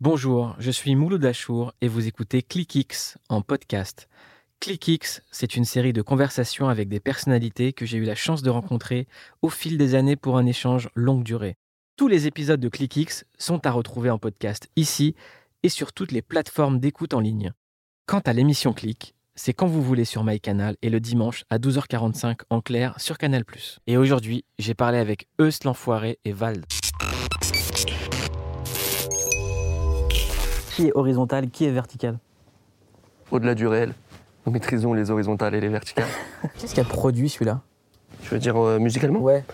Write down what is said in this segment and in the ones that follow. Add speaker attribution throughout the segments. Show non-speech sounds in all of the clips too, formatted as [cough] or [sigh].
Speaker 1: Bonjour, je suis Mouloud Achour et vous écoutez ClickX en podcast. ClickX, c'est une série de conversations avec des personnalités que j'ai eu la chance de rencontrer au fil des années pour un échange longue durée. Tous les épisodes de ClickX sont à retrouver en podcast ici et sur toutes les plateformes d'écoute en ligne. Quant à l'émission Click, c'est quand vous voulez sur MyCanal et le dimanche à 12h45 en clair sur Canal+. Et aujourd'hui, j'ai parlé avec Eust l'Enfoiré et Vald. Qui est horizontal, qui est vertical
Speaker 2: au-delà du réel. Nous maîtrisons les horizontales et les verticales.
Speaker 1: Qu'est-ce qui a produit celui-là
Speaker 2: [laughs] Je veux dire euh, musicalement
Speaker 1: Ouais.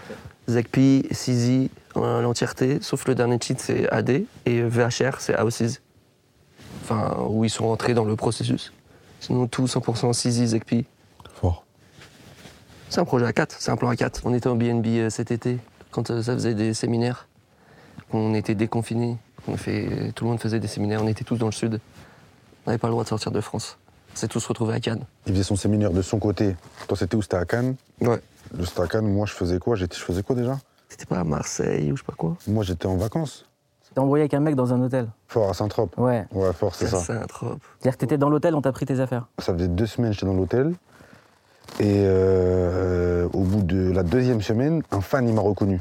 Speaker 2: Zakpi, Sizi, euh, l'entièreté, sauf le dernier titre c'est AD et VHR c'est Houses. Enfin, où ils sont rentrés dans le processus. Sinon tout 100% Sizi, Zakpi.
Speaker 3: Fort.
Speaker 2: C'est un projet à 4, c'est un plan à 4. On était en BNB euh, cet été, quand euh, ça faisait des séminaires. On était déconfinés, on a fait, tout le monde faisait des séminaires, on était tous dans le sud. On n'avait pas le droit de sortir de France. On s'est tous retrouvés à Cannes.
Speaker 3: Il faisait son séminaire de son côté. Toi, c'était où C'était à Cannes.
Speaker 2: Ouais.
Speaker 3: Le c'était à Cannes. Moi, je faisais quoi J'étais, je faisais quoi déjà
Speaker 2: C'était pas à Marseille ou je sais pas quoi.
Speaker 3: Moi, j'étais en vacances.
Speaker 4: T'es embrouillé avec un mec dans un hôtel.
Speaker 3: Fort à Saint-Trope.
Speaker 4: Ouais.
Speaker 3: Ouais, fort, c'est ça.
Speaker 2: C'est un trope.
Speaker 4: C'est-à-dire que t'étais dans l'hôtel, on t'a pris tes affaires.
Speaker 3: Ça faisait deux semaines, j'étais dans l'hôtel. Et euh, au bout de la deuxième semaine, un fan, il m'a reconnu.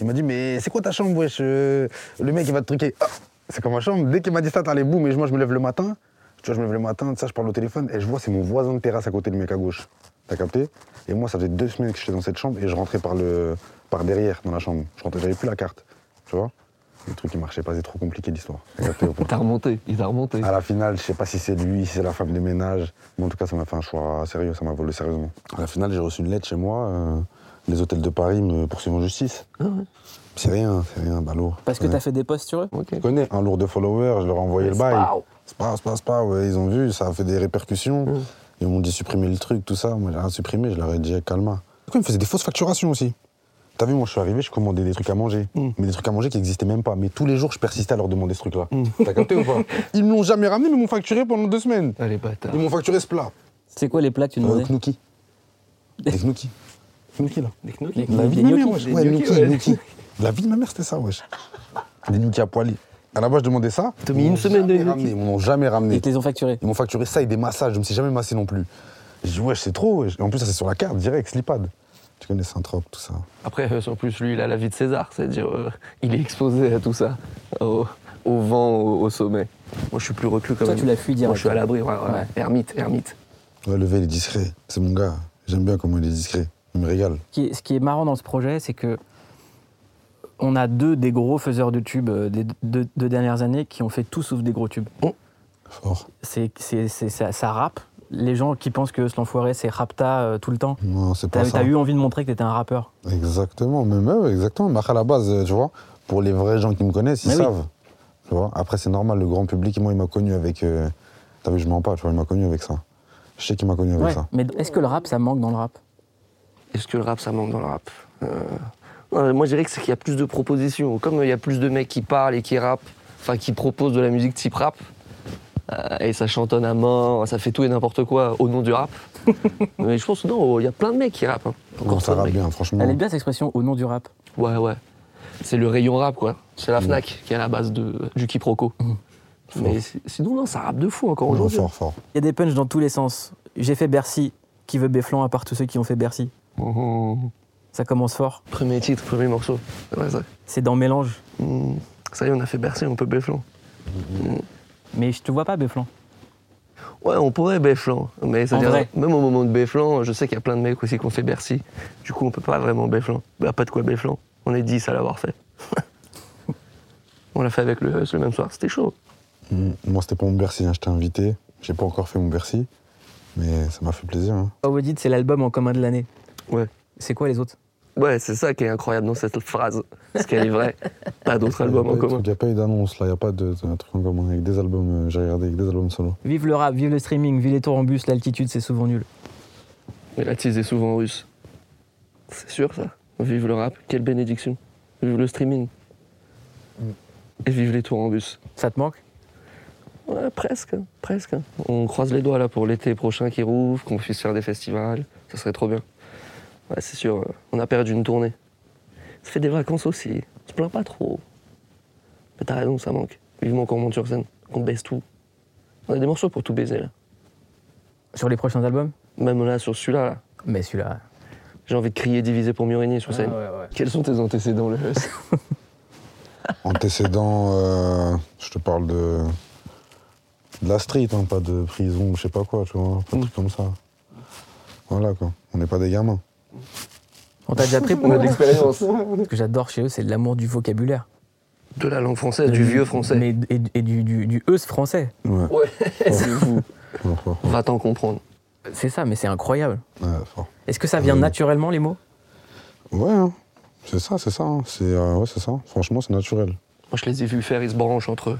Speaker 3: Il m'a dit, mais c'est quoi ta chambre, wesh Euh, Le mec, il va te truquer. Ah, c'est comme ma chambre. Dès qu'il m'a dit ça, t'as les boum. Et moi, je me lève le matin. Tu vois, je me lève le matin, ça, je parle au téléphone. Et je vois, c'est mon voisin de terrasse à côté, le mec à gauche. T'as capté Et moi, ça faisait deux semaines que j'étais dans cette chambre et je rentrais par, le, par derrière dans la chambre. Je rentrais, j'avais plus la carte. Tu vois Le truc, il marchait pas, c'est trop compliqué l'histoire. T'as capté ou pas
Speaker 2: T'as remonté, il t'a remonté.
Speaker 3: À la finale, je sais pas si c'est lui, si c'est la femme de ménage, mais en tout cas, ça m'a fait un choix sérieux, ça m'a volé sérieusement. À la finale, j'ai reçu une lettre chez moi, euh, les hôtels de Paris me poursuivent en justice.
Speaker 2: Ah ouais.
Speaker 3: C'est rien, c'est rien, bah lourd.
Speaker 4: Parce que t'as fait des posts sur eux
Speaker 2: Ok.
Speaker 3: Je connais un lourd de followers, je leur ai envoyé le bail.
Speaker 4: Wow.
Speaker 3: C'est pas, c'est pas, c'est pas, ouais, ils ont vu, ça a fait des répercussions. Ils m'ont dit supprimer le truc, tout ça. Moi, j'ai rien supprimé, je leur ai dit eh, calma. Pourquoi ils me faisaient des fausses facturations aussi T'as vu, moi, je suis arrivé, je commandais des trucs à manger. Mais des trucs à manger qui n'existaient même pas. Mais tous les jours, je persistais à leur demander ce truc-là. T'as capté ou pas Ils me l'ont jamais ramené, mais m'ont facturé pendant deux semaines.
Speaker 2: Ah les bâtards.
Speaker 3: Ils m'ont facturé ce plat.
Speaker 4: C'est quoi les plats que tu
Speaker 3: Euh,
Speaker 4: demandais
Speaker 3: Knookie. Des Knookie. Knookie, là.
Speaker 2: Des gnocchis.
Speaker 3: La vie
Speaker 4: Des
Speaker 3: de ma mère,
Speaker 4: gnocchis.
Speaker 3: wesh.
Speaker 2: Des
Speaker 3: Ouais,
Speaker 2: gnocchis,
Speaker 3: gnocchi,
Speaker 2: ouais.
Speaker 3: gnocchi. La vie de ma mère, c'était ça, wesh. Des gnocchi à poil. À la base, je demandais ça.
Speaker 2: T'as mis
Speaker 3: Ils
Speaker 2: une
Speaker 3: m'ont
Speaker 2: semaine de
Speaker 3: jamais
Speaker 2: gnocchi.
Speaker 3: ramené, Ils m'ont jamais ramené.
Speaker 4: Ils te les ont facturés.
Speaker 3: Ils m'ont facturé ça et des massages, je me suis jamais massé non plus. J'ai dit, wesh, c'est trop, wesh. En plus, ça, c'est sur la carte, direct, slipad. Tu connais Saint-Trope, tout ça.
Speaker 2: Après, euh, en plus, lui, il a la vie de César, c'est-à-dire, euh, il est exposé à tout ça, au, au vent, au, au sommet. Moi, je suis plus reclus quand
Speaker 4: Toi,
Speaker 2: même.
Speaker 4: tu l'as fui direct.
Speaker 2: Moi, je suis à l'abri, ouais, ouais, ouais.
Speaker 4: Ouais.
Speaker 2: Ermite, ermite.
Speaker 3: Ouais, levé, il est discret. C'est mon gars. J'aime bien comment il est discret. Il me régale.
Speaker 4: Ce qui est- ce qui est marrant dans ce projet, c'est que on a deux des gros faiseurs de tubes euh, des deux, deux dernières années qui ont fait tout sauf des gros tubes.
Speaker 3: Fort.
Speaker 4: C'est, c'est, c'est- ça, ça rappe. Les gens qui pensent que ce l'enfoiré, c'est rapta euh, tout le temps.
Speaker 3: Non, c'est
Speaker 4: T'as,
Speaker 3: pas ça.
Speaker 4: t'as eu envie de montrer que t'étais un rappeur.
Speaker 3: Exactement, même eux, exactement. Mais après, à la base, euh, tu vois, pour les vrais gens qui me connaissent, ils
Speaker 4: Mais oui.
Speaker 3: savent. Tu vois, après, c'est normal, le grand public, moi, il m'a connu avec. euh, T'as vu, je mens pas, tu vois, il m'a connu avec ça. Je sais qu'il m'a connu avec
Speaker 4: Ouais.
Speaker 3: ça.
Speaker 4: Mais est-ce que le rap, ça manque dans le rap
Speaker 2: Est-ce que le rap, ça manque dans le rap Euh, ouais, Moi, je dirais que c'est qu'il y a plus de propositions. Comme euh, il y a plus de mecs qui parlent et qui rappent, enfin, qui proposent de la musique type rap, euh, et ça chantonne à mort, ça fait tout et n'importe quoi au nom du rap. Mais je pense, non, il y a plein de mecs qui rappent. hein.
Speaker 3: Quand ça
Speaker 2: plein de
Speaker 3: rappe
Speaker 2: mecs.
Speaker 3: bien, franchement.
Speaker 4: Elle est bien cette expression au nom du rap.
Speaker 2: Ouais, ouais. C'est le rayon rap, quoi. C'est
Speaker 3: Mm.
Speaker 2: la Fnac qui est à la base de, euh, du quiproquo. Mais si- sinon, non, ça rappe de fou encore
Speaker 3: Non,
Speaker 2: aujourd'hui.
Speaker 3: fort, fort.
Speaker 4: Il y a des punchs dans tous les sens. J'ai fait Bercy. Qui veut Béflan à part tous ceux qui ont fait Bercy
Speaker 2: Mhm.
Speaker 4: Ça commence fort.
Speaker 2: Premier titre, premier morceau. C'est vrai, ça.
Speaker 4: C'est dans Mélange.
Speaker 2: Mhm. Ça y est, on a fait Bercy, on peut Béflan.
Speaker 4: Mais je te vois pas Béflan.
Speaker 2: Ouais, on pourrait Béflan. Mais ça
Speaker 4: En
Speaker 2: veut dire,
Speaker 4: vrai.
Speaker 2: même au moment de Béflan, je sais qu'il y a plein de mecs aussi qui ont fait Bercy. Du coup, on peut pas vraiment Béflan. Bah, pas de quoi Béflan. On est 10 à l'avoir fait. [laughs] on l'a fait avec le Hus le même soir. C'était chaud.
Speaker 3: Mm. Moi, c'était pas mon Bercy, hein, je t'ai invité. J'ai pas encore fait mon Bercy, mais ça m'a fait plaisir. hein.
Speaker 4: Oh, vous dites c'est l'album en commun de l'année.
Speaker 2: Ouais.
Speaker 4: C'est quoi les autres
Speaker 2: Ouais, c'est ça qui est incroyable dans cette phrase. Parce qu'elle est
Speaker 4: [laughs]
Speaker 2: vraie. T'as d'autres albums en commun.
Speaker 3: Il n'y a pas eu d'annonce là, il n'y a pas de, de- un truc en commun. Avec des albums, euh, j'ai regardé avec des albums solo.
Speaker 4: Vive le rap, vive le streaming, vive les tours en bus, l'altitude c'est souvent nul.
Speaker 2: Mais la tease est souvent russe. C'est sûr, ça. Vive le rap, quelle bénédiction. Vive le streaming. Et vive les tours en bus.
Speaker 4: Ça te manque
Speaker 2: Ouais, presque, presque. On croise les doigts là pour l'été prochain qui rouvre, qu'on puisse faire des festivals. Ça serait trop bien. Ouais, c'est sûr, euh, on a perdu une tournée. Ça fait des vacances aussi. On se plaint pas trop. Mais t'as raison, ça manque. Vivement qu'on monte sur scène, qu'on baisse tout. On a des morceaux pour tout baiser là.
Speaker 4: Sur les prochains albums
Speaker 2: Même là, sur celui-là, là,
Speaker 4: Mais celui-là.
Speaker 2: j'ai envie de crier divisé pour mieux régner sur scène. Quels sont tes antécédents, le
Speaker 3: Antécédents, euh, je te parle de, de la street, hein, pas de prison, je sais pas quoi, tu vois, pas de trucs comme ça. Voilà quoi, on n'est pas des gamins.
Speaker 4: On t'a déjà pris pour
Speaker 2: On a de l'expérience.
Speaker 4: Ce que j'adore chez eux, c'est l'amour du vocabulaire. Euh,
Speaker 2: De la langue française, du vieux français.
Speaker 4: Mais- et, et du, du, du euse français.
Speaker 3: Ouais,
Speaker 2: Ouais, [laughs] c'est fou.
Speaker 3: ouais, fort,
Speaker 2: Va-t'en comprendre.
Speaker 4: C'est ça, mais c'est incroyable.
Speaker 3: ouais, fort.
Speaker 4: Est-ce que ça vient
Speaker 2: Euh.
Speaker 3: Oui.
Speaker 4: naturellement les mots
Speaker 3: Ouais, hein. c'est ça, c'est ça. hein. C'est euh, ouais, c'est ça. Franchement, c'est naturel.
Speaker 2: Moi, je les ai vus faire, ils se branchent entre eux.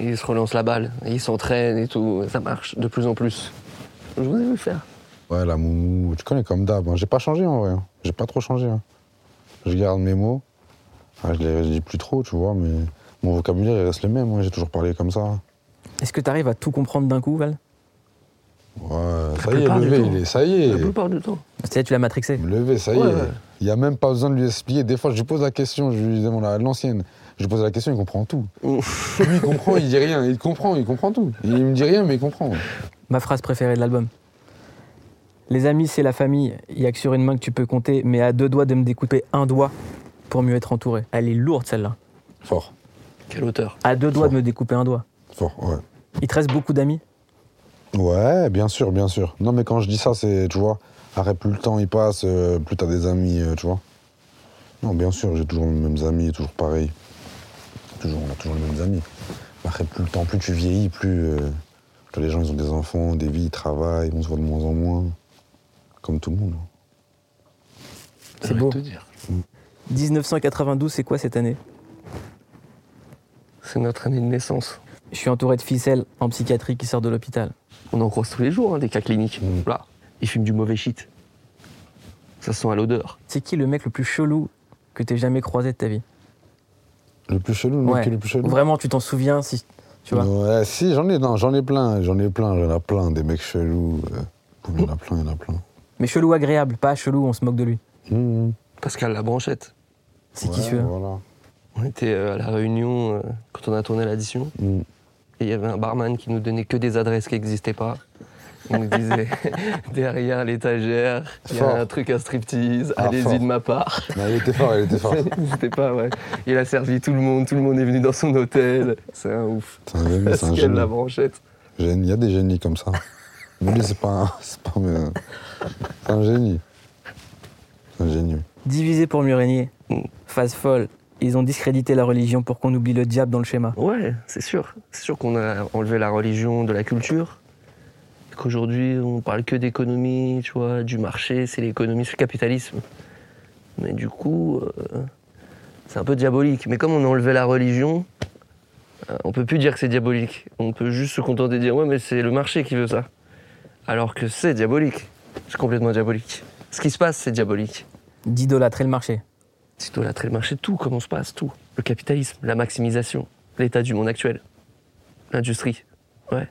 Speaker 2: Ils se relancent la balle, ils s'entraînent et tout. Ça marche de plus en plus. Je vous ai vu faire.
Speaker 3: Ouais, la moumou, tu connais comme d'hab. hein. J'ai pas changé en vrai. hein. J'ai pas trop changé. hein. Je garde mes mots. Ah, je les je les dis plus trop, tu vois, mais mon vocabulaire il reste le même. hein. J'ai toujours parlé comme ça.
Speaker 4: Est-ce que tu arrives à tout comprendre d'un coup, Val
Speaker 3: Ouais, ça y est,
Speaker 2: plupart du
Speaker 3: levé,
Speaker 2: temps.
Speaker 3: il est. Ça y
Speaker 2: La
Speaker 3: est.
Speaker 2: plupart du temps.
Speaker 4: C'est-à-dire, tu l'as matrixé.
Speaker 3: Levé, ça y
Speaker 2: Ouais,
Speaker 3: est.
Speaker 2: ouais.
Speaker 3: Il y a même pas besoin de lui expliquer. Des fois, je lui pose la question, je lui demande à l'ancienne. Je lui pose la question, il comprend tout. Lui, il comprend, il dit rien. Il comprend, il comprend tout. Il me dit rien, mais il comprend.
Speaker 4: Ma phrase préférée de l'album. Les amis, c'est la famille. Il n'y a que sur une main que tu peux compter, mais à deux doigts de me découper un doigt pour mieux être entouré. Elle est lourde, celle-là.
Speaker 3: Fort,
Speaker 2: Quelle hauteur.
Speaker 4: À deux doigts de me découper un doigt.
Speaker 3: fort, ouais.
Speaker 4: Il te reste beaucoup d'amis
Speaker 3: Ouais, bien sûr, bien sûr. Non, mais quand je dis ça, c'est, tu vois, arrête, plus le temps il passe, euh, plus t'as des amis, euh, tu vois. Non, bien sûr, j'ai toujours les mêmes amis, toujours pareil. Toujours, on a toujours les mêmes amis. Après, plus le temps, plus tu vieillis, plus euh, que les gens, ils ont des enfants, des vies, ils travaillent, on se voit de moins en moins. Comme tout le monde.
Speaker 4: C'est beau. 1992, c'est quoi cette année
Speaker 2: C'est notre année de naissance.
Speaker 4: Je suis entouré de ficelles en psychiatrie qui sort de l'hôpital.
Speaker 2: On en croise tous les jours, hein, des cas cliniques.
Speaker 3: Mm.
Speaker 2: Là, ils fument du mauvais shit. Ça sent à l'odeur.
Speaker 4: C'est qui le mec le plus chelou que t'aies jamais croisé de ta vie
Speaker 3: Le plus chelou, le mec
Speaker 4: Ouais.
Speaker 3: qui est le plus chelou.
Speaker 4: Vraiment, tu t'en souviens si tu vois
Speaker 3: Ouais, si, j'en ai, non, j'en ai plein, j'en ai plein, j'en ai plein, des mecs chelous. euh. Il y en a plein, il y en a plein.
Speaker 4: Mais chelou agréable, pas chelou, on se moque de lui.
Speaker 3: Hum, hum.
Speaker 2: Pascal Labranchette.
Speaker 4: C'est qui
Speaker 3: mmh. Ouais,
Speaker 4: celui-là
Speaker 3: voilà.
Speaker 2: On était euh, à la réunion euh, quand on a tourné l'addition.
Speaker 4: Mmh.
Speaker 3: Hum.
Speaker 2: Et il y avait un barman qui nous donnait que des adresses qui n'existaient pas. Il nous disait [laughs] derrière l'étagère, il y a
Speaker 3: Fort.
Speaker 2: un truc à striptease,
Speaker 3: Ah,
Speaker 2: allez-y
Speaker 3: fort.
Speaker 2: de ma part.
Speaker 3: Non, il était fort, il était
Speaker 4: [laughs]
Speaker 3: fort.
Speaker 2: N'hésitez pas, ouais. Il a servi tout le monde, tout le monde est venu dans son hôtel. C'est un ouf.
Speaker 3: C'est un génie, c'est un
Speaker 2: Pascal
Speaker 3: génie.
Speaker 2: la branchette.
Speaker 3: Génie, Il y a des génies comme ça. Mais lui, c'est pas un. [laughs] C'est pas un, euh, c'est un génie. C'est un génie.
Speaker 4: Divisé pour mieux régner.
Speaker 2: Mm.
Speaker 4: Phase folle. Ils ont discrédité la religion pour qu'on oublie le diable dans le schéma.
Speaker 2: Ouais, c'est sûr. C'est sûr qu'on a enlevé la religion de la culture. Et Qu'aujourd'hui, on parle que d'économie, tu vois, du marché, c'est l'économie, c'est le capitalisme. Mais du coup, euh, c'est un peu diabolique. Mais comme on a enlevé la religion, euh, on peut plus dire que c'est diabolique. On peut juste se contenter de dire ouais, mais c'est le marché qui veut ça. Alors que c'est diabolique. C'est complètement diabolique. Ce qui se passe, c'est diabolique.
Speaker 4: D'idolâtrer le marché.
Speaker 2: Si tu idolâtrer le marché, tout, comment se passe, tout. Le capitalisme, la maximisation, l'état du monde actuel, l'industrie. Ouais.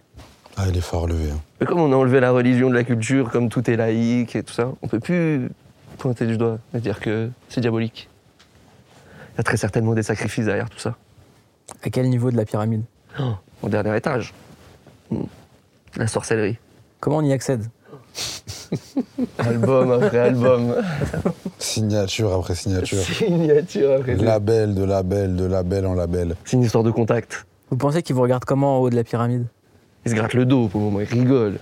Speaker 3: Ah, il est fort levé. hein.
Speaker 2: Mais comme on a enlevé la religion de la culture, comme tout est laïque et tout ça, on peut plus pointer du doigt et dire que c'est diabolique. Il y a très certainement des sacrifices derrière tout ça.
Speaker 4: À quel niveau de la pyramide
Speaker 2: Oh, au dernier étage. Hmm. La sorcellerie.
Speaker 4: Comment on y accède
Speaker 2: Album [laughs] après album.
Speaker 3: Signature après signature.
Speaker 2: Signature après signature.
Speaker 3: Label de label, de label en label.
Speaker 2: C'est une histoire de contact.
Speaker 4: Vous pensez qu'ils vous regardent comment en haut de la pyramide
Speaker 2: Ils se grattent le dos pour le moment, ils rigolent.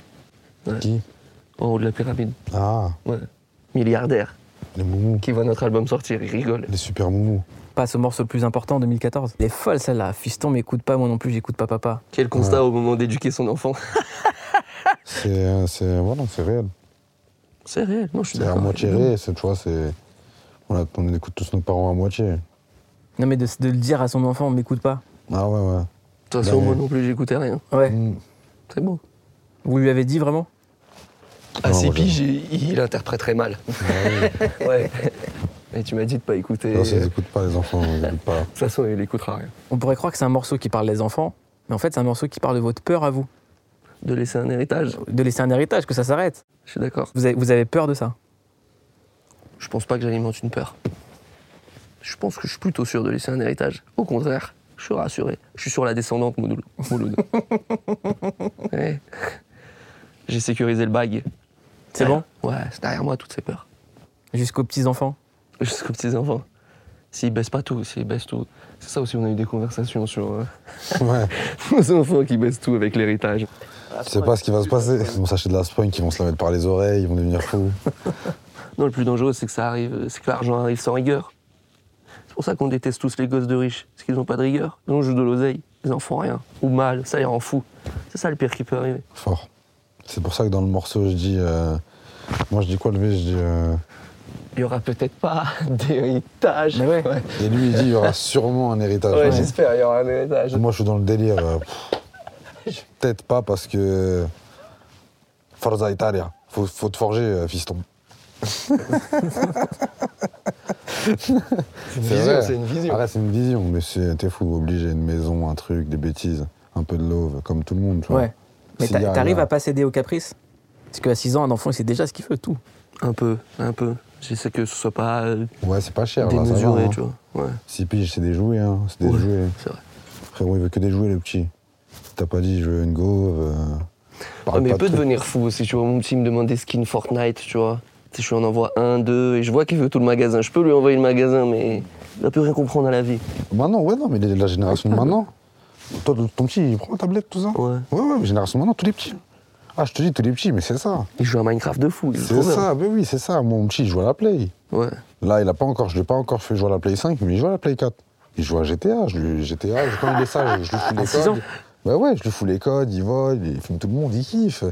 Speaker 2: Ouais.
Speaker 3: Qui
Speaker 2: En haut de la pyramide.
Speaker 3: Ah,
Speaker 2: Ouais. Milliardaire.
Speaker 3: les moumous.
Speaker 2: qui voit notre album sortir, il rigole.
Speaker 3: Les super moumous.
Speaker 4: Passe au morceau le plus important en 2014. Elle est folle celle-là. Fiston m'écoute pas, moi non plus, j'écoute pas papa.
Speaker 2: Quel constat au moment d'éduquer son enfant.
Speaker 3: C'est euh, c'est- voilà, c'est réel.
Speaker 2: C'est réel, non, je suis
Speaker 3: C'est à
Speaker 2: d'accord.
Speaker 3: moitié réel. c'est- Tu vois, c'est. On, a- on écoute tous nos parents à moitié.
Speaker 4: Non, mais de, de le dire à son enfant, on m'écoute pas.
Speaker 3: Ah ouais, ouais.
Speaker 2: De toute façon,
Speaker 3: Ben,
Speaker 2: moi non plus, j'écoutais rien.
Speaker 4: Ouais.
Speaker 3: Mm.
Speaker 2: C'est beau.
Speaker 4: Vous lui avez dit vraiment
Speaker 2: À
Speaker 3: Non,
Speaker 2: ses
Speaker 3: moi,
Speaker 2: piges, Ah, il, il interpréterait mal. [laughs] ouais. Mais tu m'as dit de pas écouter.
Speaker 3: Non, ça, ils
Speaker 2: De
Speaker 3: écoutent pas, les enfants, ils écoutent pas.
Speaker 2: toute façon, il écoutera rien.
Speaker 4: On pourrait croire que c'est un morceau qui parle des enfants, mais en fait, c'est un morceau qui parle de votre peur à vous,
Speaker 2: De laisser un héritage,
Speaker 4: de laisser un héritage, que ça s'arrête.
Speaker 2: je suis d'accord.
Speaker 4: Vous avez, vous avez peur de ça.
Speaker 2: Je pense pas que j'alimente une peur. Je pense que je suis plutôt sûr de laisser un héritage. Au contraire, je suis rassuré. Je suis sur la descendante, Mouloud. [laughs] Mouloud. Ouais. J'ai sécurisé le bague.
Speaker 4: C'est bon
Speaker 2: Ouais, c'est derrière moi toutes ces peurs.
Speaker 4: Jusqu'aux petits-enfants.
Speaker 2: Jusqu'aux petits-enfants. S'ils baissent pas tout, s'ils baissent tout. C'est ça aussi, on a eu des conversations sur euh, [laughs]
Speaker 3: Ouais.
Speaker 2: nos enfants qui baissent tout avec l'héritage.
Speaker 3: Tu sais pas ce qui va se passer. Ils vont s'acheter de la spring, ils vont se la mettre par les oreilles, ils vont devenir fous.
Speaker 2: Non, le plus dangereux, c'est que ça arrive, c'est que l'argent arrive sans rigueur. C'est pour ça qu'on déteste tous les gosses de riches, parce qu'ils n'ont pas de rigueur. Ils ont juste de l'oseille, ils en font rien, ou mal, ça les rend fous. C'est ça le pire qui peut arriver.
Speaker 3: Fort. C'est pour ça que dans le morceau, je dis. euh, Moi, je dis quoi, le V Je dis. euh,
Speaker 2: Il y aura peut-être pas [laughs] d'héritage.
Speaker 4: Mais ouais.
Speaker 2: ouais.
Speaker 3: Et lui, il dit il y aura sûrement un héritage.
Speaker 2: Ouais,
Speaker 3: Ouais.
Speaker 2: j'espère, il y aura un héritage.
Speaker 3: Moi, je suis dans le délire. euh, pff, Peut-être pas parce que. Forza Italia. Faut, faut te forger, euh, fiston. c'est
Speaker 2: vision,
Speaker 3: vrai.
Speaker 2: c'est une vision.
Speaker 3: Arrête, c'est une vision, mais c'est- t'es fou, obligé, une maison, un truc, des bêtises, un peu de love, comme tout le monde, tu vois.
Speaker 4: Ouais. Mais
Speaker 3: S'il y
Speaker 4: t'a-
Speaker 3: a-
Speaker 4: t'arrives à pas céder au caprice Parce qu'à 6 ans, un enfant, il sait déjà ce qu'il veut, tout.
Speaker 2: Un peu, un peu. J'essaie que ce soit pas euh,
Speaker 3: Ouais, c'est pas cher, là, ça va.
Speaker 2: démesuré,
Speaker 3: hein.
Speaker 2: tu vois. Ouais,
Speaker 3: 6 piges, c'est des jouets, hein. C'est des
Speaker 2: Ouais.
Speaker 3: jouets.
Speaker 2: c'est vrai.
Speaker 3: Frérot, il veut que des jouets, le petit. T'as pas dit, je veux une euh, go
Speaker 2: Ouais, mais il peut devenir fou aussi, tu vois. Mon petit me demande des skins Fortnite, tu vois. Tu sais, Je lui en envoie un, deux, et je vois qu'il veut tout le magasin. Je peux lui envoyer le magasin, mais il va plus rien comprendre à la vie.
Speaker 3: Maintenant, ouais, Bah non, mais les- la génération de maintenant. Toi, ton- ton petit, il prend la tablette, tout ça
Speaker 2: Ouais.
Speaker 3: Ouais, ouais, mais génération de maintenant, tous les petits. Ah, je te dis, tous les petits, mais c'est ça.
Speaker 2: Il joue à Minecraft de fou. il est
Speaker 3: C'est
Speaker 2: trop bien.
Speaker 3: ça, mais oui, c'est ça. Mon petit, il joue à la Play.
Speaker 2: Ouais.
Speaker 3: Là, il a pas encore, je l'ai pas encore fait jouer à la Play 5, mais il joue à la Play 4. Il joue à GTA, je lui, GTA, je- quand il est sage, je lui fous les
Speaker 4: Ah, six ans
Speaker 3: codes. Bah ouais, je lui fous les codes, il vole, il fume tout le monde, il kiffe.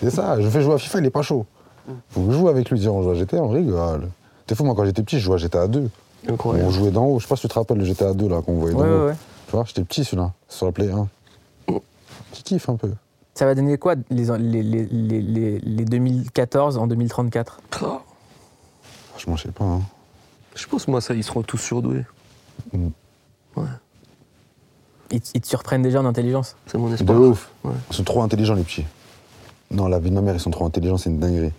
Speaker 3: C'est ça, je le fais jouer à FIFA, il est pas chaud. Faut que je joue avec lui, dire on joue à GTA, on rigole. T'es fou, moi quand j'étais petit, je jouais à GTA 2.
Speaker 2: Incroyable.
Speaker 3: On jouait d'en haut, je sais pas si tu te rappelles le GTA 2 là qu'on voyait d'en
Speaker 4: Ouais,
Speaker 3: haut.
Speaker 4: ouais, ouais.
Speaker 3: Tu vois, j'étais petit celui-là, sur la Play 1. Qui kiffe un peu.
Speaker 4: Ça va donner quoi les, les, les, les, les- les 2014 en 2034
Speaker 2: Oh,
Speaker 3: Franchement, je sais pas. hein.
Speaker 2: Je pense, moi, ça, ils seront tous surdoués.
Speaker 3: Mm.
Speaker 2: Ouais,
Speaker 4: ils, te- ils te surprennent déjà en intelligence.
Speaker 2: c'est mon
Speaker 3: De
Speaker 2: espoir.
Speaker 3: ouf.
Speaker 2: Ouais.
Speaker 3: Ils sont trop intelligents les petits. Non, la vie de ma mère, ils sont trop intelligents, c'est une dinguerie.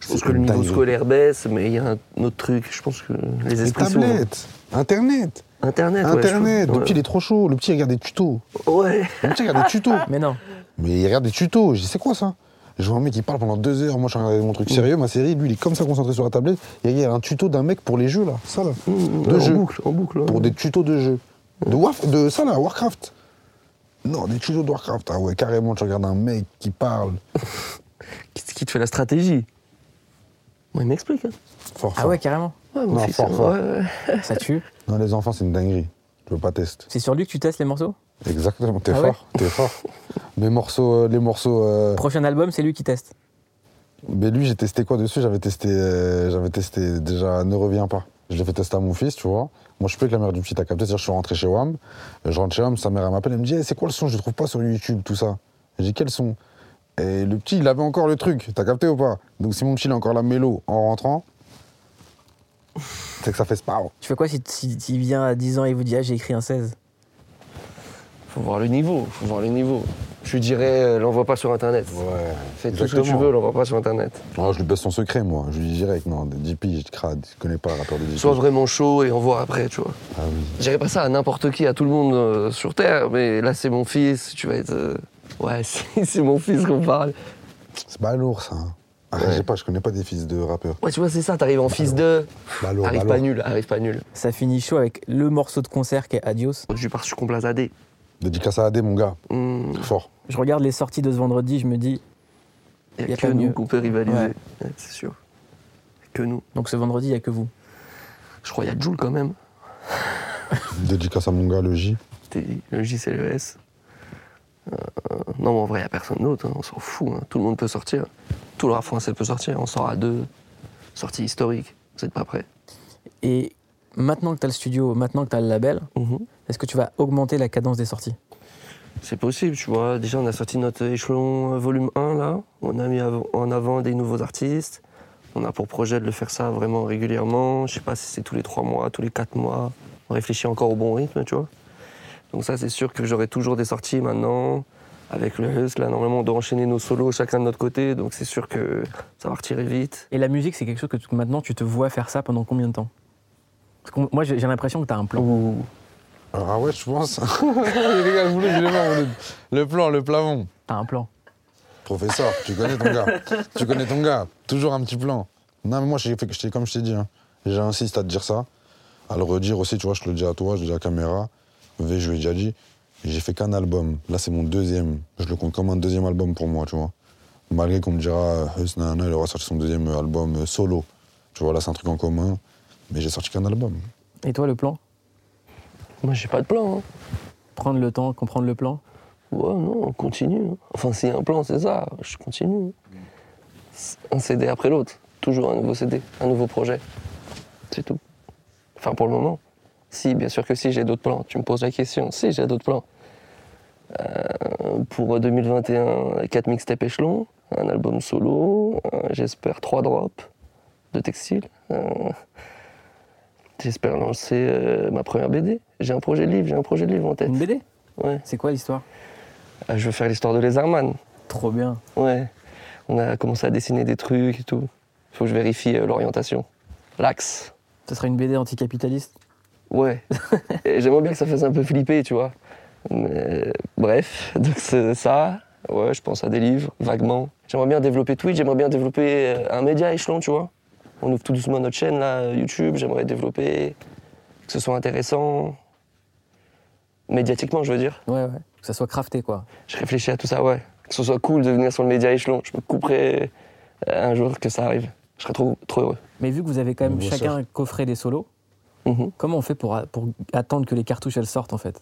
Speaker 2: Je pense que le niveau scolaire baisse, mais il y a un un autre truc. Je pense que les
Speaker 3: Les
Speaker 2: esprits sont...
Speaker 3: tablettes, Internet,
Speaker 2: Internet, ouais, je
Speaker 3: Internet.
Speaker 2: pense.
Speaker 3: Le petit, il est trop chaud. Le petit, il regarde des tutos.
Speaker 2: ouais. ouais.
Speaker 3: Le petit, il regarde des tutos.
Speaker 4: [laughs] Mais non. Ah
Speaker 3: Mais il regarde des tutos. Je dis, c'est quoi ça Je vois un mec qui parle pendant deux heures. Moi, je regarde mon truc sérieux, ma série. Lui, il est comme ça concentré sur la tablette. Il regarde un tuto d'un mec pour les jeux, là. Ça, là.
Speaker 2: Mm,
Speaker 3: De
Speaker 2: en
Speaker 3: jeux.
Speaker 2: boucle, en boucle. ouais.
Speaker 3: Pour des tutos de jeux. De, Warf- de ça, là, Warcraft. Non, des tutos de Warcraft. Ah ouais, carrément, tu regardes un mec qui parle.
Speaker 2: Qui, qui te fait la stratégie Moi, il m'explique. Hein.
Speaker 3: Fort,
Speaker 4: Ah
Speaker 3: fort.
Speaker 4: ouais, carrément.
Speaker 2: Ouais, mon
Speaker 3: Non,
Speaker 2: fils,
Speaker 3: fort,
Speaker 2: hein.
Speaker 3: fort.
Speaker 2: Ouais, ouais.
Speaker 4: Ça tue.
Speaker 3: Non, les enfants, c'est une dinguerie. Je veux pas tester.
Speaker 4: C'est sur lui que tu testes les morceaux
Speaker 3: Exactement, t'es
Speaker 4: Ah ouais
Speaker 3: fort, t'es fort. Mes morceaux, euh, les morceaux euh,
Speaker 4: Prochain album, c'est lui qui teste.
Speaker 3: Mais lui, j'ai testé quoi dessus J'avais testé, euh, j'avais testé déjà Ne reviens pas. Je l'ai fait tester à mon fils, tu vois. Moi, je suis plus que la mère du petit, t'as capté C'est-à-dire, je suis rentré chez WAM. euh, Je rentre chez WAM, sa mère, elle m'appelle, elle me dit Hey, C'est quoi le son Je le trouve pas sur YouTube, tout ça. J'ai dit Quel son Et le petit, il avait encore le truc, t'as capté ou pas Donc, si mon petit, il a encore la mélo en rentrant, c'est que ça fait sparrow.
Speaker 4: Tu fais quoi si s'il vient à 10 ans et vous dit Ah, j'ai écrit un 16
Speaker 2: Faut voir le niveau, faut voir le niveau. Je lui dirais, euh, l'envoie pas sur Internet.
Speaker 3: Ouais.
Speaker 2: Fais tout ce que tu veux, l'envoie pas sur Internet.
Speaker 3: je lui baisse son secret, moi. Je lui dis direct Non, des 10 piges, je crade, je connais pas le rappeur de 10
Speaker 2: Sois
Speaker 3: piges.
Speaker 2: vraiment chaud et envoie après, tu vois.
Speaker 3: Ah oui.
Speaker 2: Je dirais pas ça à n'importe qui, à tout le monde euh, sur Terre, mais là c'est mon fils, tu vas être. euh, Ouais, [laughs] c'est c'est mon fils qu'on parle.
Speaker 3: C'est pas lourd, ça. hein. Ah,
Speaker 2: Ouais.
Speaker 3: j'ai pas, je connais pas des fils de rappeurs.
Speaker 2: Ouais, tu vois, c'est ça, t'arrives
Speaker 3: Bah
Speaker 2: en fils de.
Speaker 3: Balourd,
Speaker 2: Arrive
Speaker 3: balourd.
Speaker 2: pas nul, arrive pas nul.
Speaker 4: Ça finit chaud avec le morceau de concert qui est Adios.
Speaker 2: Je pars sur Comblazadé.
Speaker 3: Dédicace à AD, mon gars.
Speaker 2: Hum,
Speaker 3: Fort.
Speaker 4: Je regarde les sorties de ce vendredi, je me dis
Speaker 2: Il
Speaker 4: Y
Speaker 2: n'y
Speaker 4: a
Speaker 2: a que
Speaker 4: pas mieux.
Speaker 2: nous qu'on peut rivaliser.
Speaker 4: Ouais.
Speaker 2: Ouais, c'est sûr. Que nous.
Speaker 4: Donc ce vendredi, il n'y a que vous.
Speaker 2: Je crois qu'il y a Joule quand même.
Speaker 3: Dédicace à mon gars, le J.
Speaker 2: T'es- Le JCLES. Euh, non, mais en vrai, il n'y a personne d'autre, hein, on s'en fout. hein. Tout le monde peut sortir. Tout le rap français peut sortir. On sort à deux. Sortie historique. Vous n'êtes pas prêts.
Speaker 4: Et maintenant que tu as le studio, maintenant que tu as le label,
Speaker 2: Mhm.
Speaker 4: est-ce que tu vas augmenter la cadence des sorties
Speaker 2: C'est possible, tu vois. Déjà, on a sorti notre échelon euh, volume 1, là. On a mis av- en avant des nouveaux artistes. On a pour projet de le faire ça vraiment régulièrement. Je sais pas si c'est tous les 3 mois, tous les 4 mois. On réfléchit encore au bon rythme, tu vois. Donc ça, c'est sûr que j'aurai toujours des sorties maintenant. Avec le Husk, là, normalement, on doit enchaîner nos solos chacun de notre côté. Donc c'est sûr que ça va retirer vite.
Speaker 4: Et la musique, c'est quelque chose que tu- maintenant tu te vois faire ça pendant combien de temps Parce que moi, j'ai j'ai l'impression que tu as un plan.
Speaker 3: Ah ouais, je pense. [laughs] les gars, je voulais, je voulais voir, je voulais- Le plan, le plafond.
Speaker 4: T'as un plan.
Speaker 3: Professeur, tu connais ton gars. tu connais ton gars. Toujours un petit plan. Non, mais moi, j'ai fait, j'étais- comme je t'ai dit, hein, j'insiste à te dire ça, à le redire aussi, tu vois, je te le dis à toi, je le dis à la caméra. V, je lui ai déjà dit, j'ai fait qu'un album. Là, c'est mon deuxième. Je le compte comme un deuxième album pour moi, tu vois. Malgré qu'on me dira, euh, Hus, nanana, il aura sorti son deuxième album euh, solo. Tu vois, là, c'est un truc en commun. Mais j'ai sorti qu'un album.
Speaker 4: Et toi, le plan
Speaker 2: Moi, j'ai pas de plan. hein.
Speaker 4: Prendre le temps, comprendre le plan
Speaker 2: Ouais, non, on continue. hein. Enfin, s'il y a un plan, c'est ça. Je continue. C'est Un CD après l'autre. Toujours un nouveau CD, un nouveau projet. C'est tout. Enfin, pour le moment. Si, bien sûr que si, j'ai d'autres plans. Tu me poses la question. Si, j'ai d'autres plans. Euh, pour 2021, 4 mixtapes échelons, un album solo, euh, j'espère 3 drops de textile. euh, j'espère lancer euh, ma première BD. J'ai un projet de livre, j'ai un projet de livre en tête.
Speaker 4: Une BD
Speaker 2: Ouais.
Speaker 4: C'est quoi l'histoire
Speaker 2: Ah, je veux faire l'histoire de Lézardman.
Speaker 4: Trop bien.
Speaker 2: Ouais. On a commencé à dessiner des trucs et tout. Faut que je vérifie euh, l'orientation. L'axe.
Speaker 4: Ce serait une BD anticapitaliste
Speaker 2: Ouais. Et J'aimerais bien que ça fasse un peu flipper, tu vois. Mais, euh, bref, [laughs] donc c'est ça. Ouais, je pense à des livres, vaguement. J'aimerais bien développer Twitch, j'aimerais bien développer euh, un média échelon, tu vois. On ouvre tout doucement notre chaîne, là, euh, YouTube, j'aimerais développer, que ce soit intéressant. Médiatiquement, je veux dire.
Speaker 4: Ouais, ouais. Que ça soit crafté, quoi.
Speaker 2: Je réfléchis à tout ça, ouais. Que ce soit cool de venir sur le média échelon. Je me couperai euh, un jour que ça arrive. Je serais trop, trop heureux.
Speaker 4: Mais vu que vous avez quand même
Speaker 3: Bon, ça.
Speaker 4: chacun coffré des solos,
Speaker 2: Mhm.
Speaker 4: comment on fait pour, a- pour attendre que les cartouches elles sortent en fait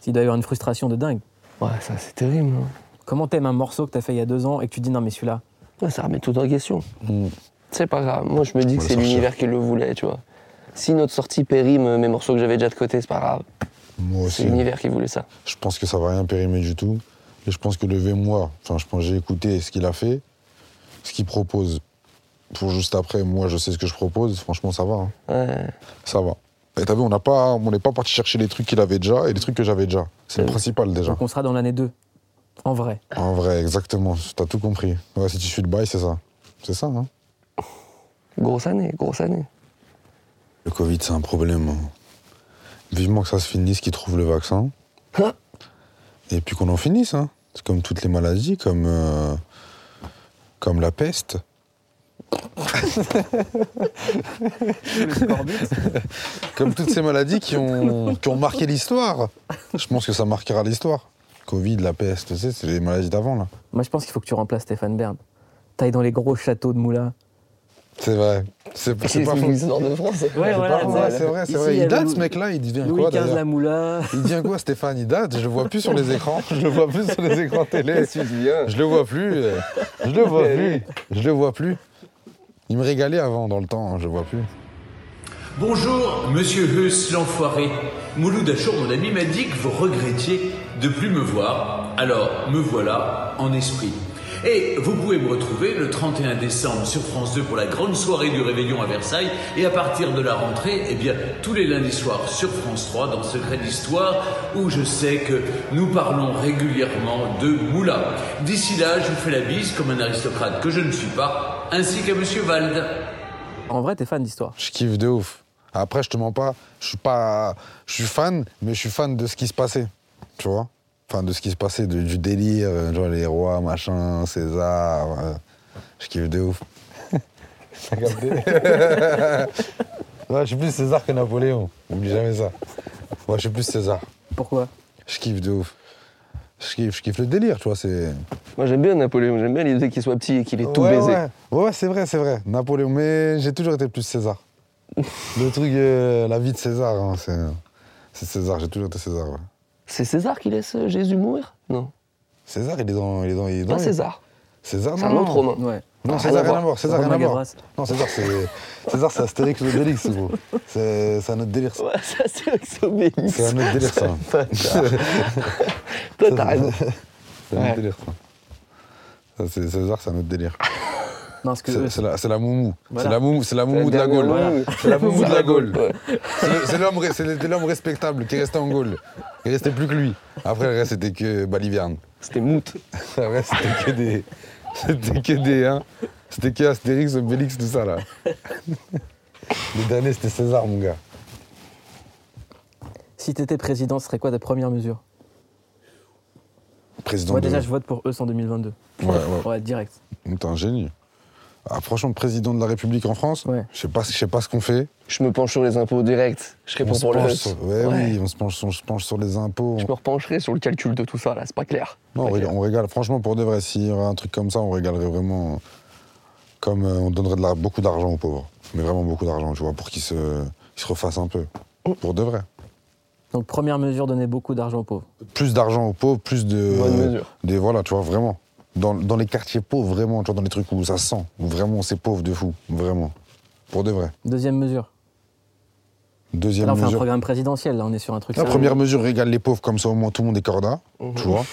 Speaker 4: S'il doit y avoir une frustration de dingue.
Speaker 2: Ouais, ça c'est terrible. hein.
Speaker 4: Comment t'aimes un morceau que t'as fait il y a deux ans et que tu dis non mais celui-là
Speaker 2: Ouais, ça remet tout en question.
Speaker 3: Mm.
Speaker 2: C'est pas grave. Moi, je me dis que
Speaker 3: Ouais,
Speaker 2: c'est
Speaker 3: ça,
Speaker 2: l'univers qui le voulait, tu vois. Si notre sortie périme euh, mes morceaux que j'avais déjà de côté, c'est pas grave.
Speaker 3: Moi
Speaker 2: C'est
Speaker 3: aussi.
Speaker 2: l'univers qui voulait ça.
Speaker 3: Je pense que ça va rien périmer du tout. Et je pense que le V, moi, enfin, je pense que j'ai écouté ce qu'il a fait, ce qu'il propose. Pour juste après, moi, je sais ce que je propose. Franchement, ça va. hein.
Speaker 2: Ouais.
Speaker 3: Ça va. Et t'as vu, on n'a pas, on n'est pas parti chercher les trucs qu'il avait déjà et les trucs que j'avais déjà. C'est le
Speaker 2: Euh.
Speaker 3: principal déjà.
Speaker 4: Donc on sera dans l'année 2.
Speaker 3: [laughs]
Speaker 4: En vrai.
Speaker 3: En vrai, exactement. T'as tout compris. Ouais, si tu suis le bail, c'est ça. C'est ça. Hein
Speaker 2: Grosse année, grosse année.
Speaker 3: le Covid, c'est un problème. hein. Vivement que ça se finisse, qu'ils trouvent le vaccin.
Speaker 2: Ah.
Speaker 3: Et puis qu'on en finisse. Hein. C'est comme toutes les maladies, comme, euh, comme la peste. Comme toutes ces maladies qui ont, qui ont marqué l'histoire. Je pense que ça marquera l'histoire. Covid, la peste, tu sais, c'est les maladies d'avant, là.
Speaker 4: Moi je pense qu'il faut que tu remplaces Stéphane Bern. T'ailles dans les gros châteaux de Moulins.
Speaker 3: C'est vrai. C'est
Speaker 2: [laughs] C'est
Speaker 3: c'est pas [laughs] faux.
Speaker 2: l'histoire de France. [laughs]
Speaker 4: Ouais,
Speaker 3: C'est pas
Speaker 4: voilà,
Speaker 3: faux,
Speaker 4: voilà.
Speaker 3: ouais, c'est vrai, c'est
Speaker 4: Ici,
Speaker 3: vrai.
Speaker 4: il y
Speaker 3: Il
Speaker 4: avait
Speaker 3: date,
Speaker 4: Lou-
Speaker 3: ce mec-là, il devient
Speaker 4: Louis
Speaker 3: quoi,
Speaker 4: XV
Speaker 3: d'ailleurs
Speaker 4: la Moula.
Speaker 3: Il devient quoi, Stéphane Il date, je le vois plus sur les écrans. [laughs] Je le vois plus sur les écrans télé.
Speaker 2: hein.
Speaker 3: Je le vois plus. euh, Je le [laughs] vois plus. Je le vois plus. Il me régalait avant, dans le temps, hein, je le vois plus.
Speaker 5: Bonjour, monsieur Huss, l'enfoiré. Mouloud Achour, mon ami, m'a dit que vous regrettiez de plus me voir. Alors, me voilà en esprit. Et vous pouvez me retrouver le 31 décembre sur France 2 pour la grande soirée du réveillon à Versailles. Et à partir de la rentrée, eh bien, tous les lundis soirs sur France 3 dans Secret d'Histoire, où je sais que nous parlons régulièrement de Moula. D'ici là, je vous fais la bise comme un aristocrate que je ne suis pas, ainsi qu'à monsieur Valde.
Speaker 4: En vrai, t'es fan d'histoire.
Speaker 3: Je kiffe de ouf. Après, je te mens pas, je suis pas. Je suis fan, mais je suis fan de ce qui se passait. Tu vois Fan de ce qui se passait, de- du délire, euh, genre les rois, machin, César. euh, je kiffe de ouf. [laughs] T'as capté [laughs] Ouais, je suis plus César que Napoléon. Oublie jamais ça. Ouais, je suis plus César.
Speaker 4: Pourquoi
Speaker 3: Je kiffe de ouf. Je kiffe, je kiffe le délire, tu vois, c'est.
Speaker 2: Moi, j'aime bien Napoléon. J'aime bien l'idée qu'il soit petit et qu'il ait tout
Speaker 3: Ouais,
Speaker 2: baisé.
Speaker 3: Ouais, Ouais, ouais, c'est vrai, c'est vrai. Napoléon, mais j'ai toujours été plus César. Le truc, euh, la vie de César, hein, c'est, c'est César, j'ai toujours été César. ouais.
Speaker 2: C'est César qui laisse euh, Jésus mourir Non,
Speaker 3: César, il est dans. Il est dans, il est dans
Speaker 2: pas César.
Speaker 3: César,
Speaker 2: C'est
Speaker 3: non,
Speaker 2: un autre
Speaker 3: non.
Speaker 2: romain.
Speaker 4: Ouais.
Speaker 2: rien
Speaker 3: Non,
Speaker 2: à
Speaker 3: César, rien à
Speaker 2: voir.
Speaker 3: voir. César, rien
Speaker 4: Romain
Speaker 3: à voir.
Speaker 4: Gavras.
Speaker 3: Non, César, c'est César, c'est Astérix et Obélix, gros. C'est c'est un autre délire. ça.
Speaker 2: Ouais, ça c'est vrai que c'est Obélix.
Speaker 3: C'est un autre délire, ça.
Speaker 2: Pas [laughs] ça. Toi t'as raison.
Speaker 3: C'est un autre délire, ça. Ça, c'est- César, c'est un autre délire.
Speaker 4: Non, parce que
Speaker 3: C'est
Speaker 4: eux,
Speaker 3: c'est la, c'est la moumou.
Speaker 4: Voilà.
Speaker 3: C'est la moumou, c'est la moumou de la Gaule.
Speaker 2: dernière
Speaker 4: moumou.
Speaker 3: C'est la moumou de la Gaule.
Speaker 2: Ouais.
Speaker 3: C'est le- C'est l'homme, re- c'était l'homme respectable qui restait en Gaule. Il restait plus que lui. Après, le reste, c'était que [laughs] Baliverne.
Speaker 2: C'était Mout.
Speaker 3: Le reste, c'était que des. C'était que des. Hein. C'était que Astérix, Obélix, tout ça, là. Le dernier, c'était César, mon gars.
Speaker 4: si t'étais président, ce serait quoi ta première mesure
Speaker 3: Président
Speaker 4: Moi,
Speaker 3: de.
Speaker 4: déjà, je vote pour E eux en 2022.
Speaker 3: Ouais, ouais.
Speaker 4: Ouais, direct.
Speaker 3: Mais T'es un génie. Ah, franchement, président de la République en France,
Speaker 4: Ouais.
Speaker 3: je sais pas, je sais pas ce qu'on fait.
Speaker 2: Je me penche sur les impôts directs. Je
Speaker 3: on
Speaker 2: réponds
Speaker 3: se
Speaker 2: pour le
Speaker 3: penche
Speaker 2: reste.
Speaker 3: sur- ouais, oui, on se penche, sur- on se penche sur les impôts.
Speaker 2: Je me repencherai sur le calcul de tout ça là, c'est pas clair.
Speaker 3: Non, on
Speaker 2: Pas
Speaker 3: régale,
Speaker 2: clair.
Speaker 3: on régale. Franchement, pour de vrai, s'il y aurait un truc comme ça, on régalerait vraiment. euh, Comme euh, on donnerait de la- beaucoup d'argent aux pauvres. Mais vraiment beaucoup d'argent, tu vois, pour qu'ils se, ils se refassent un peu.
Speaker 4: Oh.
Speaker 3: Pour de vrai.
Speaker 4: Donc, première mesure, donner beaucoup d'argent aux pauvres.
Speaker 3: Plus d'argent aux pauvres, plus de.
Speaker 2: Bonne mesure.
Speaker 3: Des, voilà, tu vois, vraiment. Dans, dans les quartiers pauvres, vraiment, tu vois, dans les trucs où ça sent, où vraiment c'est pauvre de fou, vraiment. Pour de vrai.
Speaker 4: Deuxième mesure.
Speaker 3: Deuxième
Speaker 4: Là, on fait un
Speaker 3: mesure.
Speaker 4: programme présidentiel. Là, on est sur un truc.
Speaker 3: La
Speaker 4: sérieux. Oh.
Speaker 3: première mesure régale les pauvres, comme ça au moins tout le monde est corda,
Speaker 2: Mhm.
Speaker 3: tu vois.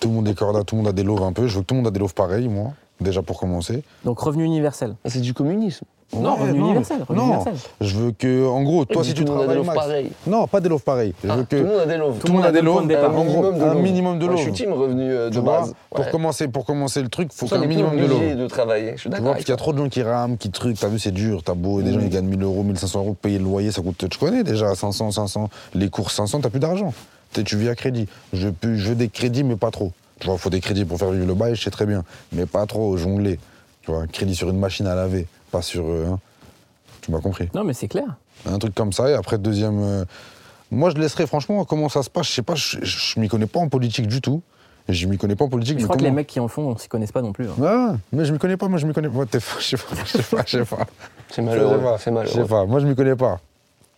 Speaker 3: Tout le monde est corda, tout le monde a des loaves un peu. Je veux que tout le monde a des loaves pareilles, moi, déjà pour commencer.
Speaker 4: Donc, revenu universel.
Speaker 2: Ah, C'est du communisme.
Speaker 4: Non,
Speaker 3: Ouais,
Speaker 4: revenu
Speaker 3: non,
Speaker 4: universel. Revenu
Speaker 3: non.
Speaker 4: universel.
Speaker 3: Je veux que, en gros, toi,
Speaker 2: Et
Speaker 3: si
Speaker 2: tout
Speaker 3: tu
Speaker 2: le monde a des
Speaker 3: travailles
Speaker 2: loaves
Speaker 3: max.
Speaker 2: pareilles.
Speaker 3: Non, pas des loaves pareilles. Je
Speaker 2: Ah,
Speaker 3: veux
Speaker 2: Tout le
Speaker 3: que
Speaker 2: monde a des loaves.
Speaker 3: tout le monde a des
Speaker 4: le point
Speaker 3: loaves,
Speaker 4: de départ.
Speaker 3: un, en gros, un minimum de
Speaker 2: Moi, Je
Speaker 3: loaves.
Speaker 2: suis team revenu euh,
Speaker 3: Tu
Speaker 2: de
Speaker 3: vois,
Speaker 2: base.
Speaker 3: pour
Speaker 2: Ouais.
Speaker 3: commencer, pour commencer le truc, faut
Speaker 2: Ça, on
Speaker 3: qu'un
Speaker 2: est plus
Speaker 3: minimum de
Speaker 2: obligé
Speaker 3: loaves.
Speaker 2: de travailler. Je suis
Speaker 3: Tu
Speaker 2: d'accord.
Speaker 3: vois, parce
Speaker 2: avec
Speaker 3: qu'il y a
Speaker 2: toi.
Speaker 3: trop de gens qui rament, qui truquent, t'as vu, c'est dur, t'as beau, des gens
Speaker 2: Mhm.
Speaker 3: ils gagnent 1000 euros, 1500 euros, payer le loyer, ça coûte, tu connais déjà, 500, 500, les courses 500, t'as plus d'argent. T'es- Tu vis à crédit. Je, peux- je veux des crédits, mais pas trop. Tu vois, faut des crédits pour faire vivre le bail, je sais très bien, mais pas trop, jongler. Tu vois, crédit sur une machine à laver, pas sur. euh, hein. tu m'as compris.
Speaker 4: Non, mais c'est clair.
Speaker 3: Un truc comme ça, et après, deuxième. euh, moi, je laisserai, franchement, comment ça se passe, je sais pas, je, je m'y connais pas en politique du tout. Je m'y connais pas en politique, mais
Speaker 4: Je crois que les
Speaker 3: comment-
Speaker 4: mecs qui en font, on s'y connaissent pas non plus. hein.
Speaker 3: Ouais, mais je m'y connais pas, moi je m'y connais pas. T'es fou, [laughs] Je sais pas, je sais pas, je sais
Speaker 2: C'est
Speaker 3: pas. Je sais
Speaker 2: malheureux.
Speaker 3: pas,
Speaker 2: C'est
Speaker 3: Je sais
Speaker 2: malheureux.
Speaker 3: pas, moi je m'y connais pas.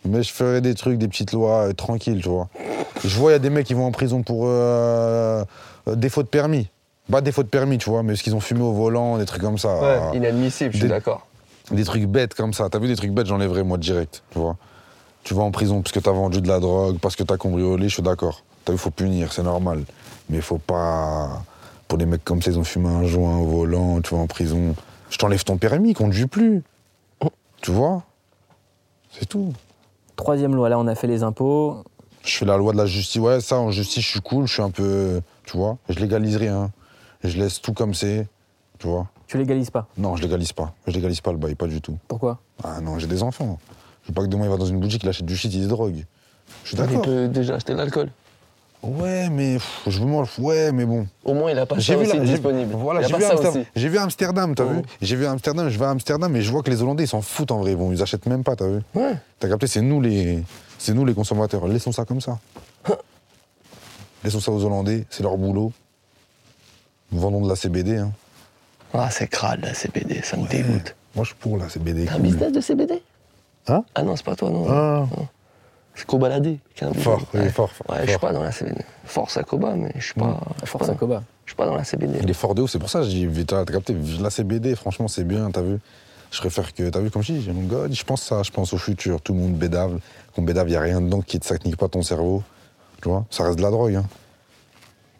Speaker 3: Mais je ferais des trucs, des petites lois euh, tranquilles, tu vois. Je vois, il y a des mecs qui vont en prison pour euh, euh, défaut de permis. Pas défaut de permis, tu vois, mais ce qu'ils ont fumé au volant, des trucs comme ça.
Speaker 2: Ouais,
Speaker 3: euh,
Speaker 2: inadmissible, je suis
Speaker 3: Des-
Speaker 2: d'accord.
Speaker 3: Des trucs bêtes comme ça. T'as vu des trucs bêtes, j'enlèverais moi direct, tu vois. Tu vas en prison parce que t'as vendu de la drogue, parce que t'as cambriolé, je suis d'accord. T'as vu, faut punir, c'est normal. Mais faut pas. Pour des mecs comme ça, ils ont fumé un joint au volant, tu vas en prison. Je t'enlève ton permis, conduis plus. Tu vois C'est tout.
Speaker 4: Troisième loi. Là, on a fait les impôts.
Speaker 3: Je fais la loi de la justice. Ouais, ça, en justice, je suis cool, je suis un peu. Tu vois Je légalise rien. Je laisse tout comme c'est. Tu vois
Speaker 4: Tu légalises pas.
Speaker 3: Non, je légalise pas. Je légalise pas le bail, pas du tout.
Speaker 4: Pourquoi
Speaker 3: Ah non, j'ai des enfants. Je veux pas que demain il va dans une boutique, il achète du shit, il se drogue. Je suis
Speaker 2: Il
Speaker 3: d'accord.
Speaker 2: peut déjà acheter de l'alcool.
Speaker 3: Ouais, mais pff, je veux manger. Ouais, mais bon.
Speaker 2: Au moins, il a pas ça
Speaker 3: la-
Speaker 2: aussi de
Speaker 3: j'ai-
Speaker 2: disponible.
Speaker 3: Voilà,
Speaker 2: il a
Speaker 3: j'ai
Speaker 2: pas
Speaker 3: vu,
Speaker 2: ça
Speaker 3: Amsterdam-
Speaker 2: aussi.
Speaker 3: j'ai vu Amsterdam, t'as
Speaker 2: Oh.
Speaker 3: vu J'ai vu Amsterdam, je vais à Amsterdam et je vois que les Hollandais ils s'en foutent en vrai, ils vont- ils achètent même pas, t'as vu
Speaker 2: Ouais.
Speaker 3: T'as capté, c'est nous les, c'est nous les consommateurs. Laissons ça comme
Speaker 2: [laughs]
Speaker 3: ça. Laissons ça aux Hollandais, c'est leur boulot. Vendons de la CBD. Hein.
Speaker 2: Ah, c'est crade la CBD, ça me dégoûte.
Speaker 3: Moi, je suis pour la CBD.
Speaker 2: T'as un
Speaker 3: cool.
Speaker 2: business de CBD
Speaker 3: Hein
Speaker 2: Ah non, c'est pas toi, non.
Speaker 3: Ah.
Speaker 2: C'est Koba Ladé qui a un
Speaker 3: Fort,
Speaker 2: business.
Speaker 3: il est
Speaker 2: Ouais.
Speaker 3: fort, fort,
Speaker 2: Ouais, je suis
Speaker 3: fort.
Speaker 2: pas dans la CBD. Force à Koba, mais je suis pas. je suis
Speaker 4: Force
Speaker 2: pas
Speaker 4: à Koba.
Speaker 2: Je suis pas dans la CBD.
Speaker 3: Il est fort de ouf, c'est pour ça que j'ai t'as t'as capté, la CBD, franchement c'est bien, t'as vu Je préfère que, t'as vu comme je dis, j'ai mon god, je pense ça, je pense au futur, tout le monde bédave, qu'on bédave, il a rien dedans qui te ça te nique pas ton cerveau, tu vois, ça reste de la drogue. Hein.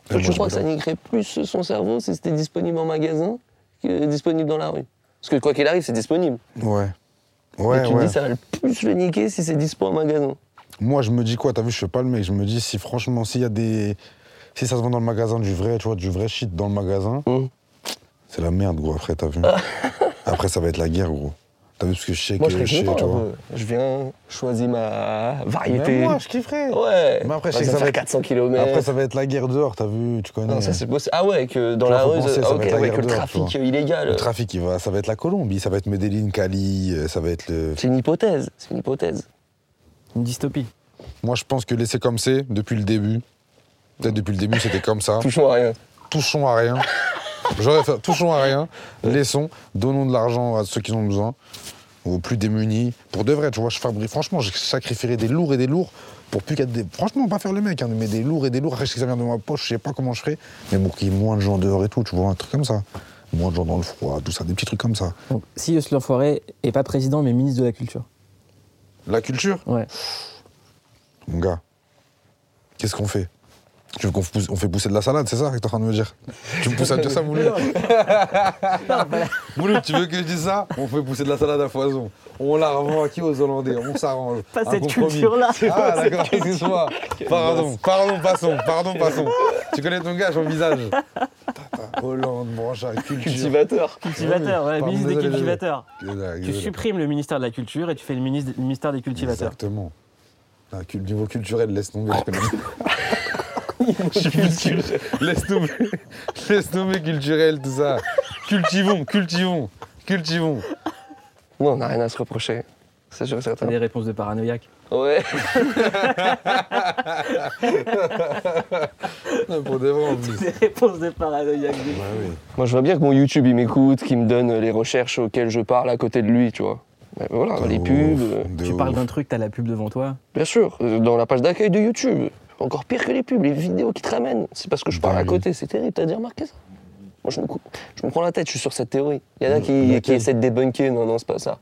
Speaker 3: Et
Speaker 2: Toi,
Speaker 3: moi,
Speaker 2: tu
Speaker 3: je
Speaker 2: crois que ça
Speaker 3: bédave.
Speaker 2: niquerait plus son cerveau si c'était disponible en magasin que disponible dans la rue Parce que quoi qu'il arrive, c'est disponible.
Speaker 3: Ouais.
Speaker 2: Mais
Speaker 3: Ouais,
Speaker 2: tu te
Speaker 3: ouais.
Speaker 2: dis, ça va le plus le niquer si c'est dispo en magasin.
Speaker 3: Moi je me dis quoi, t'as vu, je fais pas le mec, je me dis si franchement, s'il y a des. Si ça se vend dans le magasin, du vrai, tu vois, du vrai shit dans le magasin,
Speaker 2: Hum.
Speaker 3: c'est la merde gros
Speaker 2: [laughs]
Speaker 3: après, t'as vu Après ça va être la guerre gros. T'as vu parce que je sais
Speaker 2: Moi,
Speaker 3: que
Speaker 2: je serais
Speaker 3: sais,
Speaker 2: content. hein.
Speaker 3: tu
Speaker 2: un
Speaker 3: vois.
Speaker 2: peu. Je viens, je choisis ma variété.
Speaker 3: Mais moi je kifferais
Speaker 2: Ouais.
Speaker 3: Mais après, je sais
Speaker 2: Vas-y,
Speaker 3: que Bah, ça
Speaker 2: faire
Speaker 3: va être-
Speaker 2: 400 km.
Speaker 3: Après, ça va être la guerre dehors, t'as vu, tu connais.
Speaker 2: Non, ça c'est possible. Ah ouais, que dans
Speaker 3: Là,
Speaker 2: la
Speaker 3: faut
Speaker 2: rue,
Speaker 3: penser,
Speaker 2: ça-
Speaker 3: ça va
Speaker 2: ok,
Speaker 3: être la
Speaker 2: ouais,
Speaker 3: guerre
Speaker 2: que le
Speaker 3: dehors,
Speaker 2: trafic
Speaker 3: tu
Speaker 2: illégal.
Speaker 3: le
Speaker 2: euh,
Speaker 3: trafic, il va, ça va être la Colombie, ça va être Medellin, Cali, euh, ça va être le.
Speaker 2: C'est une hypothèse. C'est une hypothèse.
Speaker 4: Une dystopie.
Speaker 3: Moi, je pense que laisser comme c'est depuis le début. Peut-être depuis le début, c'était comme ça.
Speaker 2: Touchons à rien.
Speaker 3: Touchons à rien. J'aurais fait touchons à rien. Laissons, donnons de l'argent à ceux qui en ont besoin, aux plus démunis. Pour de vrai, tu vois, je fabrique. Franchement, je sacrifierais des lourds et des lourds pour plus qu'à des. Franchement, pas faire le mec, hein, mais des lourds et des lourds. Après, je sais que ça vient de ma poche, je sais pas comment je ferais, mais pour qu'il y ait moins de gens dehors et tout, tu vois, un truc comme ça. moins de gens dans le froid, tout ça, des petits trucs comme ça.
Speaker 4: Donc, si Youssef l'enfoiré est pas président, mais ministre de la Culture.
Speaker 3: La culture
Speaker 4: Ouais.
Speaker 3: Mon gars, qu'est-ce qu'on fait Tu veux qu'on f- pousse- on fait pousser de la salade, c'est ça que t'es en train de me dire Tu me pousses à dire ça, Mouloud [laughs] Mouloud, tu veux que je dise ça On fait pousser de la salade à foison. On la revend à qui aux Hollandais On s'arrange.
Speaker 4: Pas
Speaker 3: Un
Speaker 4: cette
Speaker 3: compromis.
Speaker 4: culture-là.
Speaker 3: Ah, d'accord, excuse-moi. Pardon, pardon, passons, pardon, passons. Tu connais ton gars, son visage. Tata, Hollande, Brancha, culture.
Speaker 2: Cultivateur.
Speaker 6: Cultivateur, ouais,
Speaker 3: Pardon,
Speaker 6: ministre des
Speaker 3: désolé,
Speaker 6: cultivateurs.
Speaker 3: Gueule,
Speaker 6: Tu
Speaker 3: gueule.
Speaker 6: supprimes le ministère de la Culture et tu fais le ministre- le ministère des cultivateurs.
Speaker 3: Exactement. Ah, cul- niveau culturel, laisse tomber. je connais pas. [laughs] Je suis plus cul- laisse tomber. laisse tomber culturel, tout ça. Cultivons, cultivons, cultivons.
Speaker 2: Non, on n'a rien à se reprocher. C'est sûr et certain.
Speaker 1: T'as des réponses de paranoïaque.
Speaker 2: Ouais.
Speaker 3: Non, Pour de vrai, en plus.
Speaker 6: Des réponses de paranoïaques.
Speaker 3: Bah oui.
Speaker 2: Moi, je vois bien que mon YouTube, il m'écoute, qu'il me donne les recherches auxquelles je parle à côté de lui, tu vois. Ben voilà,
Speaker 3: De
Speaker 2: les
Speaker 3: ouf,
Speaker 2: pubs. euh,
Speaker 3: de
Speaker 4: Tu
Speaker 3: ouf.
Speaker 4: parles d'un truc, t'as la pub devant toi.
Speaker 2: bien sûr, euh, dans la page d'accueil de YouTube. Encore pire que les pubs, les vidéos qui te ramènent. C'est parce que je parle à
Speaker 3: Dingue.
Speaker 2: côté, c'est terrible. T'as déjà remarqué ça Moi, je me, cou- je me prends la tête, je suis sur cette théorie. Il y en a qui,
Speaker 3: laquelle
Speaker 2: qui essaient de débunker. Non, non, c'est pas ça.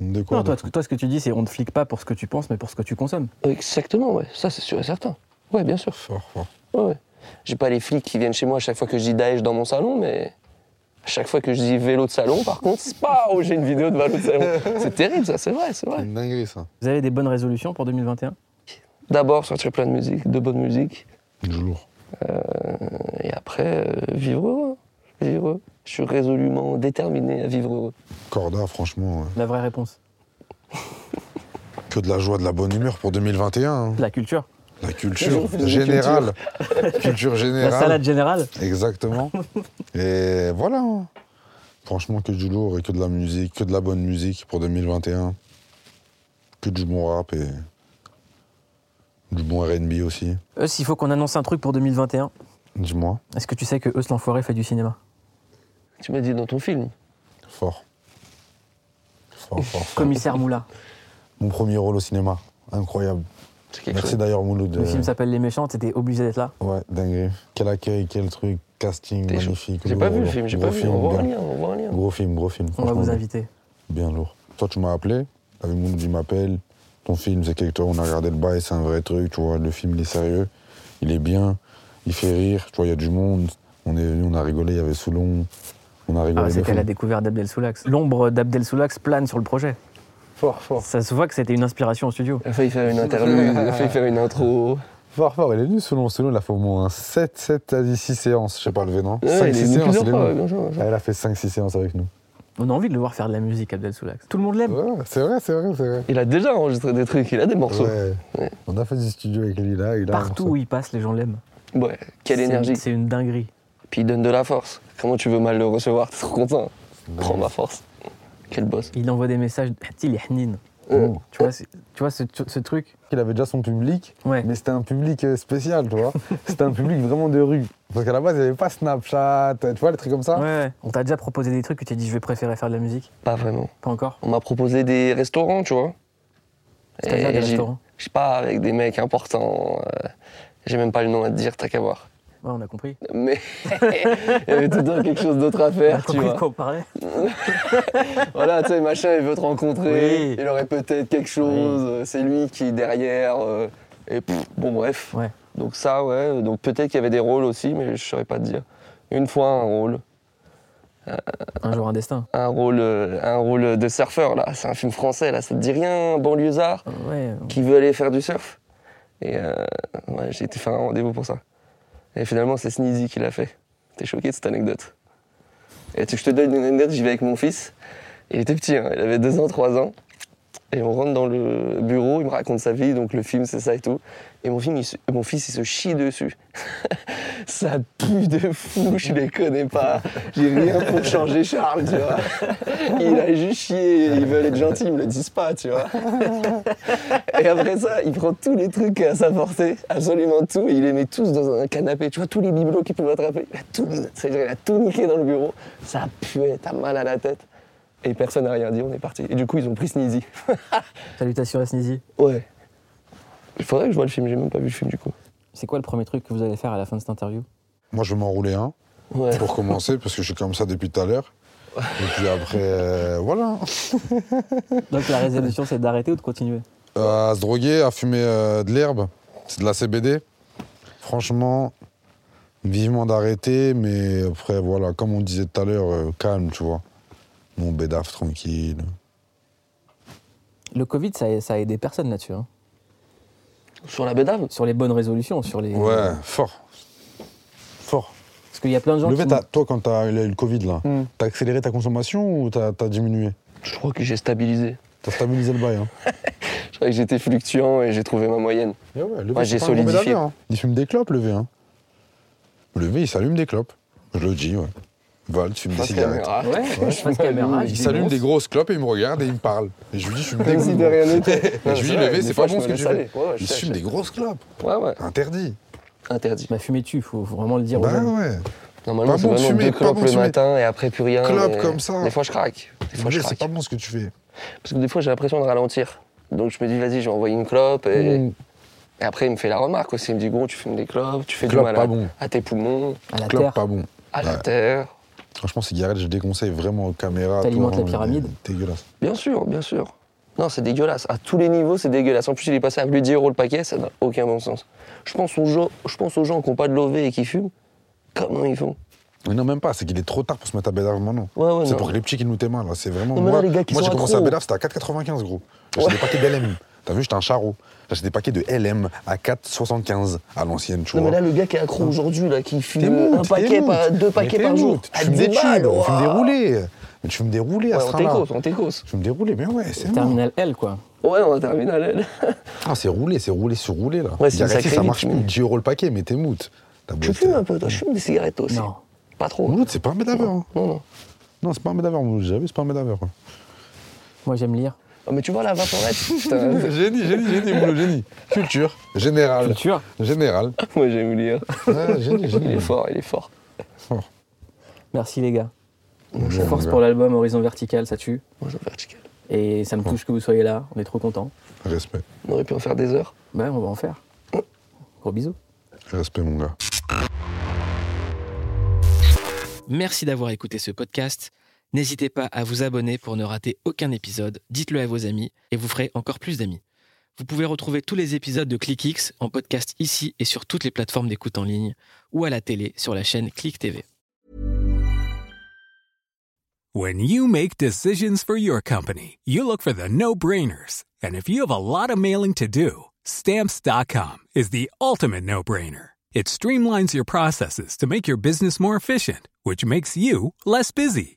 Speaker 3: De quoi
Speaker 4: Non, toi,
Speaker 3: donc
Speaker 4: toi, ce que tu dis, c'est on ne flique pas pour ce que tu penses, mais pour ce que tu consommes.
Speaker 2: Exactement, ouais. Ça, c'est sûr et certain. Ouais, bien sûr.
Speaker 3: Fort, fort.
Speaker 2: Ouais, ouais. J'ai pas les flics qui viennent chez moi à chaque fois que je dis Daesh dans mon salon, mais à chaque fois que je dis vélo de salon, par contre, c'est pas oh, j'ai une vidéo de vélo de salon. C'est terrible, ça, c'est vrai, c'est
Speaker 3: C'est
Speaker 2: vrai.
Speaker 3: une dinguerie, ça.
Speaker 4: Vous avez des bonnes résolutions pour 2021
Speaker 2: D'abord, sortir plein de musique, de bonne musique,
Speaker 3: Du lourd.
Speaker 2: et après, euh, vivre heureux. Vivre heureux. Je suis résolument déterminé à vivre heureux.
Speaker 3: Corda, franchement, euh,
Speaker 4: La vraie réponse.
Speaker 3: que de la joie, de la bonne humeur pour 2021. hein.
Speaker 4: La culture.
Speaker 3: La
Speaker 2: Toujours
Speaker 3: culture
Speaker 2: plus de
Speaker 3: générale. Culture
Speaker 4: La
Speaker 2: Ah.
Speaker 3: générale.
Speaker 4: salade générale.
Speaker 2: [laughs]
Speaker 3: Exactement. et voilà. hein. Franchement, que du lourd et que de la musique, que de la bonne musique pour 2021. Que du bon rap et du bon R&B aussi.
Speaker 4: Eux, Euh, s'il faut qu'on annonce un truc pour 2021,
Speaker 3: Dis-moi.
Speaker 4: est-ce que tu sais que Eus l'enfoiré fait du cinéma
Speaker 2: Tu m'as dit dans ton film.
Speaker 3: Fort. Fort, fort, fort.
Speaker 4: Commissaire Moula.
Speaker 3: Mon premier rôle au cinéma. Incroyable.
Speaker 2: C'est quelque
Speaker 3: Merci
Speaker 2: chose.
Speaker 3: d'ailleurs, Mouloud.
Speaker 4: Le
Speaker 3: Euh,
Speaker 4: film s'appelle Les Méchants, t'étais obligé d'être là.
Speaker 3: Ouais, dingue. Quel accueil, quel truc. Casting
Speaker 2: T'es chaud.
Speaker 3: magnifique.
Speaker 2: J'ai pas
Speaker 3: Lourd,
Speaker 2: vu le
Speaker 3: lourd.
Speaker 2: film, j'ai
Speaker 3: Gros
Speaker 2: pas vu. On voit un
Speaker 3: bien.
Speaker 2: lien, on voit un lien.
Speaker 3: Gros film, gros film.
Speaker 4: On va
Speaker 3: franchement,
Speaker 4: vous inviter.
Speaker 3: Bien lourd. Toi, tu m'as appelé, t'avais mon qui m'appelle, ton film, c'est quelque chose, on a regardé le bail, c'est un vrai truc, tu vois, le film, il est sérieux, il est bien, il fait rire, tu vois, il y a du monde, on est venu, on a rigolé, il y avait Soulon, on a rigolé.
Speaker 4: Ah,
Speaker 3: de
Speaker 4: c'était
Speaker 3: fou.
Speaker 4: la découverte d'Abdel Soulax. L'ombre d'Abdel Soulax plane sur le projet.
Speaker 7: Fort, fort.
Speaker 4: Ça se voit que c'était une inspiration au studio.
Speaker 2: Il a failli faire une interlude, il a failli faire une intro.
Speaker 3: Fort, fort, il est venu, Soulon, Soulon, il a fait au moins un 7, 7 à 6 séances, je sais pas, le Vénan.
Speaker 2: Ouais, il est venu plusieurs fois, ouais, bien sûr, bien sûr.
Speaker 3: Elle a fait 5-6 séances avec nous.
Speaker 4: On a envie de le voir faire de la musique, Abdel Soulax. Tout le monde l'aime.
Speaker 3: Ouais, c'est vrai, c'est vrai, c'est vrai.
Speaker 2: Il a déjà enregistré des trucs, il a des morceaux.
Speaker 3: Ouais. On a fait du studio avec lui là. Il a un
Speaker 4: Partout où il passe, les gens l'aiment.
Speaker 2: Ouais, quelle
Speaker 4: C'est-
Speaker 2: énergie.
Speaker 4: C'est une dinguerie.
Speaker 2: Puis il donne de la force. Comment tu veux mal le recevoir T'es trop content.
Speaker 3: morceau.
Speaker 2: Prends ma force. Quel boss.
Speaker 4: Il envoie des messages. Il est hnin.
Speaker 2: Euh,
Speaker 3: Mmh.
Speaker 4: Tu vois, c'est- tu vois ce, ce truc
Speaker 3: Il avait déjà son public,
Speaker 4: Ouais.
Speaker 3: Mais c'était un public euh, spécial, tu vois. [laughs] c'était un public vraiment de rue. Parce qu'à la base, il n'y avait pas Snapchat, tu vois, les trucs comme ça.
Speaker 4: Ouais, ouais. On t'a déjà proposé des trucs que tu as dit je vais préférer faire de la musique
Speaker 2: Pas vraiment.
Speaker 4: Pas encore
Speaker 2: On m'a proposé des restaurants, tu vois.
Speaker 4: C'est-à-dire
Speaker 2: Et
Speaker 4: des
Speaker 2: j'ai-
Speaker 4: restaurants
Speaker 2: Je sais pas, avec des mecs importants. euh, j'ai même pas le nom à te dire, t'as qu'à voir.
Speaker 4: Ouais, on a compris.
Speaker 2: Mais [laughs] il y avait tout le temps quelque chose d'autre à
Speaker 4: On a
Speaker 2: faire, tu
Speaker 4: compris de
Speaker 2: vois.
Speaker 4: quoi on parlait.
Speaker 2: Voilà, tu sais, machin, il veut te rencontrer.
Speaker 4: Oui.
Speaker 2: Il aurait peut-être quelque chose. euh, C'est lui qui est derrière. euh, et pff, bon, bref.
Speaker 4: Ouais.
Speaker 2: Donc ça, ouais. Donc peut-être qu'il y avait des rôles aussi, mais je saurais pas te dire. Une fois, un rôle.
Speaker 4: Un jour, un destin.
Speaker 2: un rôle, euh, un rôle de surfeur là. C'est un film français là, ça te dit rien, un banlieusard
Speaker 4: Ouais.
Speaker 2: qui veut aller faire du surf. Et euh, ouais, j'ai été faire un rendez-vous pour ça. Et finalement, c'est Sneezy qui l'a fait. T'es choqué de cette anecdote Et tu, je te donne une anecdote, j'y vais avec mon fils. Il était petit, hein, il avait 2 ans, 3 ans. Et on rentre dans le bureau, il me raconte sa vie, donc le film, c'est ça et tout. Et mon, film, il se- mon fils, il se chie dessus. [laughs] ça pue de fou, je les connais pas. J'ai rien pour changer Charles, tu vois. il a juste chié, ils veulent être gentils, ils me le disent pas, tu vois. Et après ça, il prend tous les trucs à sa portée, absolument tout, et il les met tous dans un canapé. Tu vois, tous les bibelots qu'il pouvait attraper, il a tout, c'est-à-dire, il a tout niqué dans le bureau. Ça puait, t'as mal à la tête. Et personne n'a rien dit, on est parti. Et du coup, ils ont pris Sneezy.
Speaker 4: Salutations à Sneezy.
Speaker 2: Ouais. Il faudrait que je voie le film, j'ai même pas vu le film du coup.
Speaker 4: C'est quoi le premier truc que vous allez faire à la fin de cette interview
Speaker 3: Moi, je vais m'enrouler un.
Speaker 2: Ouais.
Speaker 3: pour commencer, parce que je suis comme ça depuis tout à l'heure. Et puis après, euh, voilà.
Speaker 4: Donc la résolution, c'est d'arrêter ou de continuer
Speaker 3: Euh, à se droguer, à fumer euh, de l'herbe, c'est de la CBD. Franchement, vivement d'arrêter, mais après, voilà, comme on disait tout à l'heure, euh, calme, tu vois. Mon bédaf tranquille.
Speaker 4: Le Covid, ça a, ça a aidé personne là-dessus. hein.
Speaker 2: Sur la bédave
Speaker 4: Sur les bonnes résolutions, sur les.
Speaker 3: Ouais, fort. Fort.
Speaker 4: Parce qu'il y a plein de gens
Speaker 3: Le
Speaker 4: qui.
Speaker 3: fait, t'as- toi, quand t'as eu le Covid, là,
Speaker 4: Hmm.
Speaker 3: t'as accéléré ta consommation ou t'as t'as diminué
Speaker 2: Je crois que j'ai stabilisé.
Speaker 3: T'as stabilisé le bail, hein
Speaker 2: Je crois que j'étais fluctuant et j'ai trouvé ma moyenne.
Speaker 3: Eh ouais, Levé,
Speaker 2: Ouais,
Speaker 3: c'est
Speaker 2: j'ai
Speaker 3: pas un gros
Speaker 2: solidifié.
Speaker 3: bédaveur, hein. Il fume des clopes, Levé. Hein. Levé, il s'allume des clopes. Je le dis, ouais. Val, tu fumes des
Speaker 2: Face
Speaker 3: cigarettes.
Speaker 2: caméra.
Speaker 4: Ouais, je passe caméra. je
Speaker 3: Il
Speaker 4: dis
Speaker 3: s'allume
Speaker 4: non.
Speaker 3: des grosses clopes et il me regarde et il me parle. Et je lui
Speaker 2: [laughs]
Speaker 3: dis, je fume des
Speaker 2: Comme si
Speaker 3: clopes.
Speaker 2: de rien
Speaker 3: [laughs]
Speaker 2: n'était.
Speaker 3: Et je lui dis,
Speaker 2: Ouais,
Speaker 3: Levé,
Speaker 2: des
Speaker 3: c'est
Speaker 2: fois,
Speaker 3: pas
Speaker 2: je
Speaker 3: bon
Speaker 2: me
Speaker 3: ce que
Speaker 2: laisse
Speaker 3: tu
Speaker 2: aller.
Speaker 3: fais.
Speaker 2: Ouais, ouais, je
Speaker 3: Il
Speaker 2: sais,
Speaker 3: fume
Speaker 2: je
Speaker 3: des
Speaker 2: sais.
Speaker 3: grosses clopes.
Speaker 2: Ouais, ouais,
Speaker 3: Interdit.
Speaker 2: interdit.
Speaker 4: Bah, fumer dessus, faut faut vraiment le dire aux
Speaker 3: Bah
Speaker 4: gens.
Speaker 3: ouais.
Speaker 2: Normalement,
Speaker 3: Pas
Speaker 2: c'est
Speaker 3: bon de
Speaker 2: vraiment
Speaker 3: fumer,
Speaker 2: deux
Speaker 3: pas
Speaker 2: clopes
Speaker 3: bon de
Speaker 2: le
Speaker 3: fumer.
Speaker 2: matin et après plus rien.
Speaker 3: Clope
Speaker 2: mais-
Speaker 3: comme ça.
Speaker 2: Des fois, je craque. Des fois, je
Speaker 3: Levé, c'est
Speaker 2: craque.
Speaker 3: pas bon ce que tu fais.
Speaker 2: Parce que des fois, j'ai l'impression de ralentir. Donc, je me dis, vas-y, je vais envoyer une clope. Et...
Speaker 4: Mmh,
Speaker 2: et après, il me fait la remarque aussi. Il me dit, gros, tu fumes des clopes, tu fais
Speaker 3: Clope,
Speaker 2: du mal
Speaker 3: pas
Speaker 2: à,
Speaker 3: bon.
Speaker 2: à tes poumons,
Speaker 4: À la
Speaker 3: Clope,
Speaker 4: terre.
Speaker 3: pas bon.
Speaker 2: à la
Speaker 3: Ouais.
Speaker 2: terre.
Speaker 3: Franchement, cigarette, je déconseille vraiment aux caméras.
Speaker 4: T'alimentes
Speaker 3: toi,
Speaker 4: la
Speaker 3: hein,
Speaker 4: pyramide.
Speaker 3: mais Dégueulasse.
Speaker 2: Bien sûr, bien sûr. Non, c'est dégueulasse. À tous les niveaux, c'est dégueulasse. En plus, il est passé à plus de 10 euros le paquet, ça n'a aucun bon sens. Je pense aux gens, je pense aux gens qui n'ont pas de lové et qui fument. Comment ils font
Speaker 3: Mais non, même pas, c'est qu'il est trop tard pour se mettre à bédard maintenant.
Speaker 2: Ouais, ouais,
Speaker 3: c'est
Speaker 2: non.
Speaker 3: pour les petits qui nous témoignent là. C'est vraiment.
Speaker 2: Non, mais
Speaker 3: moi,
Speaker 2: là, les gars qui
Speaker 3: moi,
Speaker 2: sont
Speaker 3: j'ai commencé à
Speaker 2: accros.
Speaker 3: bédard, c'était à 4,95 gros. J'achetais des paquets d'LM. T'as vu, j'étais un charreau. J'achetais des paquets de LM à 4,75 à l'ancienne, tu
Speaker 2: Non, mais
Speaker 3: vois.
Speaker 2: là, le gars qui est accro aujourd'hui, là, qui
Speaker 3: T'es
Speaker 2: fume un
Speaker 3: moute, t'es
Speaker 2: paquet, par-
Speaker 3: moute.
Speaker 2: deux
Speaker 3: Mais
Speaker 2: paquets
Speaker 3: t'es
Speaker 2: par jour.
Speaker 3: moute.
Speaker 2: À
Speaker 3: Tu fumes
Speaker 2: 10
Speaker 3: des tubes,
Speaker 2: balles,
Speaker 3: on fume des
Speaker 2: ouah.
Speaker 3: roulés. Mais tu fumes des roulés à
Speaker 2: Ouais,
Speaker 3: ce
Speaker 2: on
Speaker 3: train-là.
Speaker 2: t'écose, on t'écose.
Speaker 3: Tu fumes des roulés, mais ouais, c'est mort.
Speaker 4: Terminal L, quoi.
Speaker 2: Ouais, on termine à l'aile.
Speaker 3: Ah, c'est roulé, c'est roulé sur roulé là.
Speaker 2: Ouais, c'est une
Speaker 3: Cigarette,
Speaker 2: sacrée
Speaker 3: ça marche
Speaker 2: vitrine.
Speaker 3: plus. 10 euros le paquet, mais t'es moute. T'as
Speaker 2: [laughs]
Speaker 3: beau
Speaker 2: Tu
Speaker 3: être-
Speaker 2: fumes un peu, toi, je fume des cigarettes toi, aussi.
Speaker 4: Non.
Speaker 2: Pas trop.
Speaker 3: Mouloud, c'est pas un bédaveur. hein.
Speaker 2: Non, non.
Speaker 3: Non, c'est pas un bédaveur, Mouloud. J'avais, c'est pas un bédaveur. quoi.
Speaker 4: Moi, j'aime lire.
Speaker 2: Ah, mais tu vois, la [laughs] vaporette, putain.
Speaker 3: Ah, génie, génie, génie, Mouloud, génie. Culture, général.
Speaker 4: Culture.
Speaker 2: [laughs]
Speaker 3: Général.
Speaker 2: Moi, j'aime lire.
Speaker 3: Ouais, Ah, génie,
Speaker 2: Il est
Speaker 3: génie.
Speaker 2: fort, il est fort.
Speaker 3: Fort.
Speaker 4: Merci, les gars.
Speaker 3: Bonjour,
Speaker 4: Force
Speaker 3: mon
Speaker 4: pour
Speaker 3: gars.
Speaker 4: l'album Horizon Vertical, ça tue.
Speaker 2: Moi, j'en vertical.
Speaker 4: Et ça me touche que vous soyez là. On est trop contents.
Speaker 3: Respect.
Speaker 2: On aurait pu en faire des heures.
Speaker 4: Bah, on va en faire. Gros bisous.
Speaker 3: Respect, mon gars.
Speaker 1: Merci d'avoir écouté ce podcast. N'hésitez pas à vous abonner pour ne rater aucun épisode. Dites-le à vos amis et vous ferez encore plus d'amis. Vous pouvez retrouver tous les épisodes de ClickX en podcast ici et sur toutes les plateformes d'écoute en ligne ou à la télé sur la chaîne Click TV.
Speaker 8: When you make decisions for your company, you look for the no brainers. And if you have a lot of mailing to do, stamps.com is the ultimate no brainer. It streamlines your processes to make your business more efficient, which makes you less busy.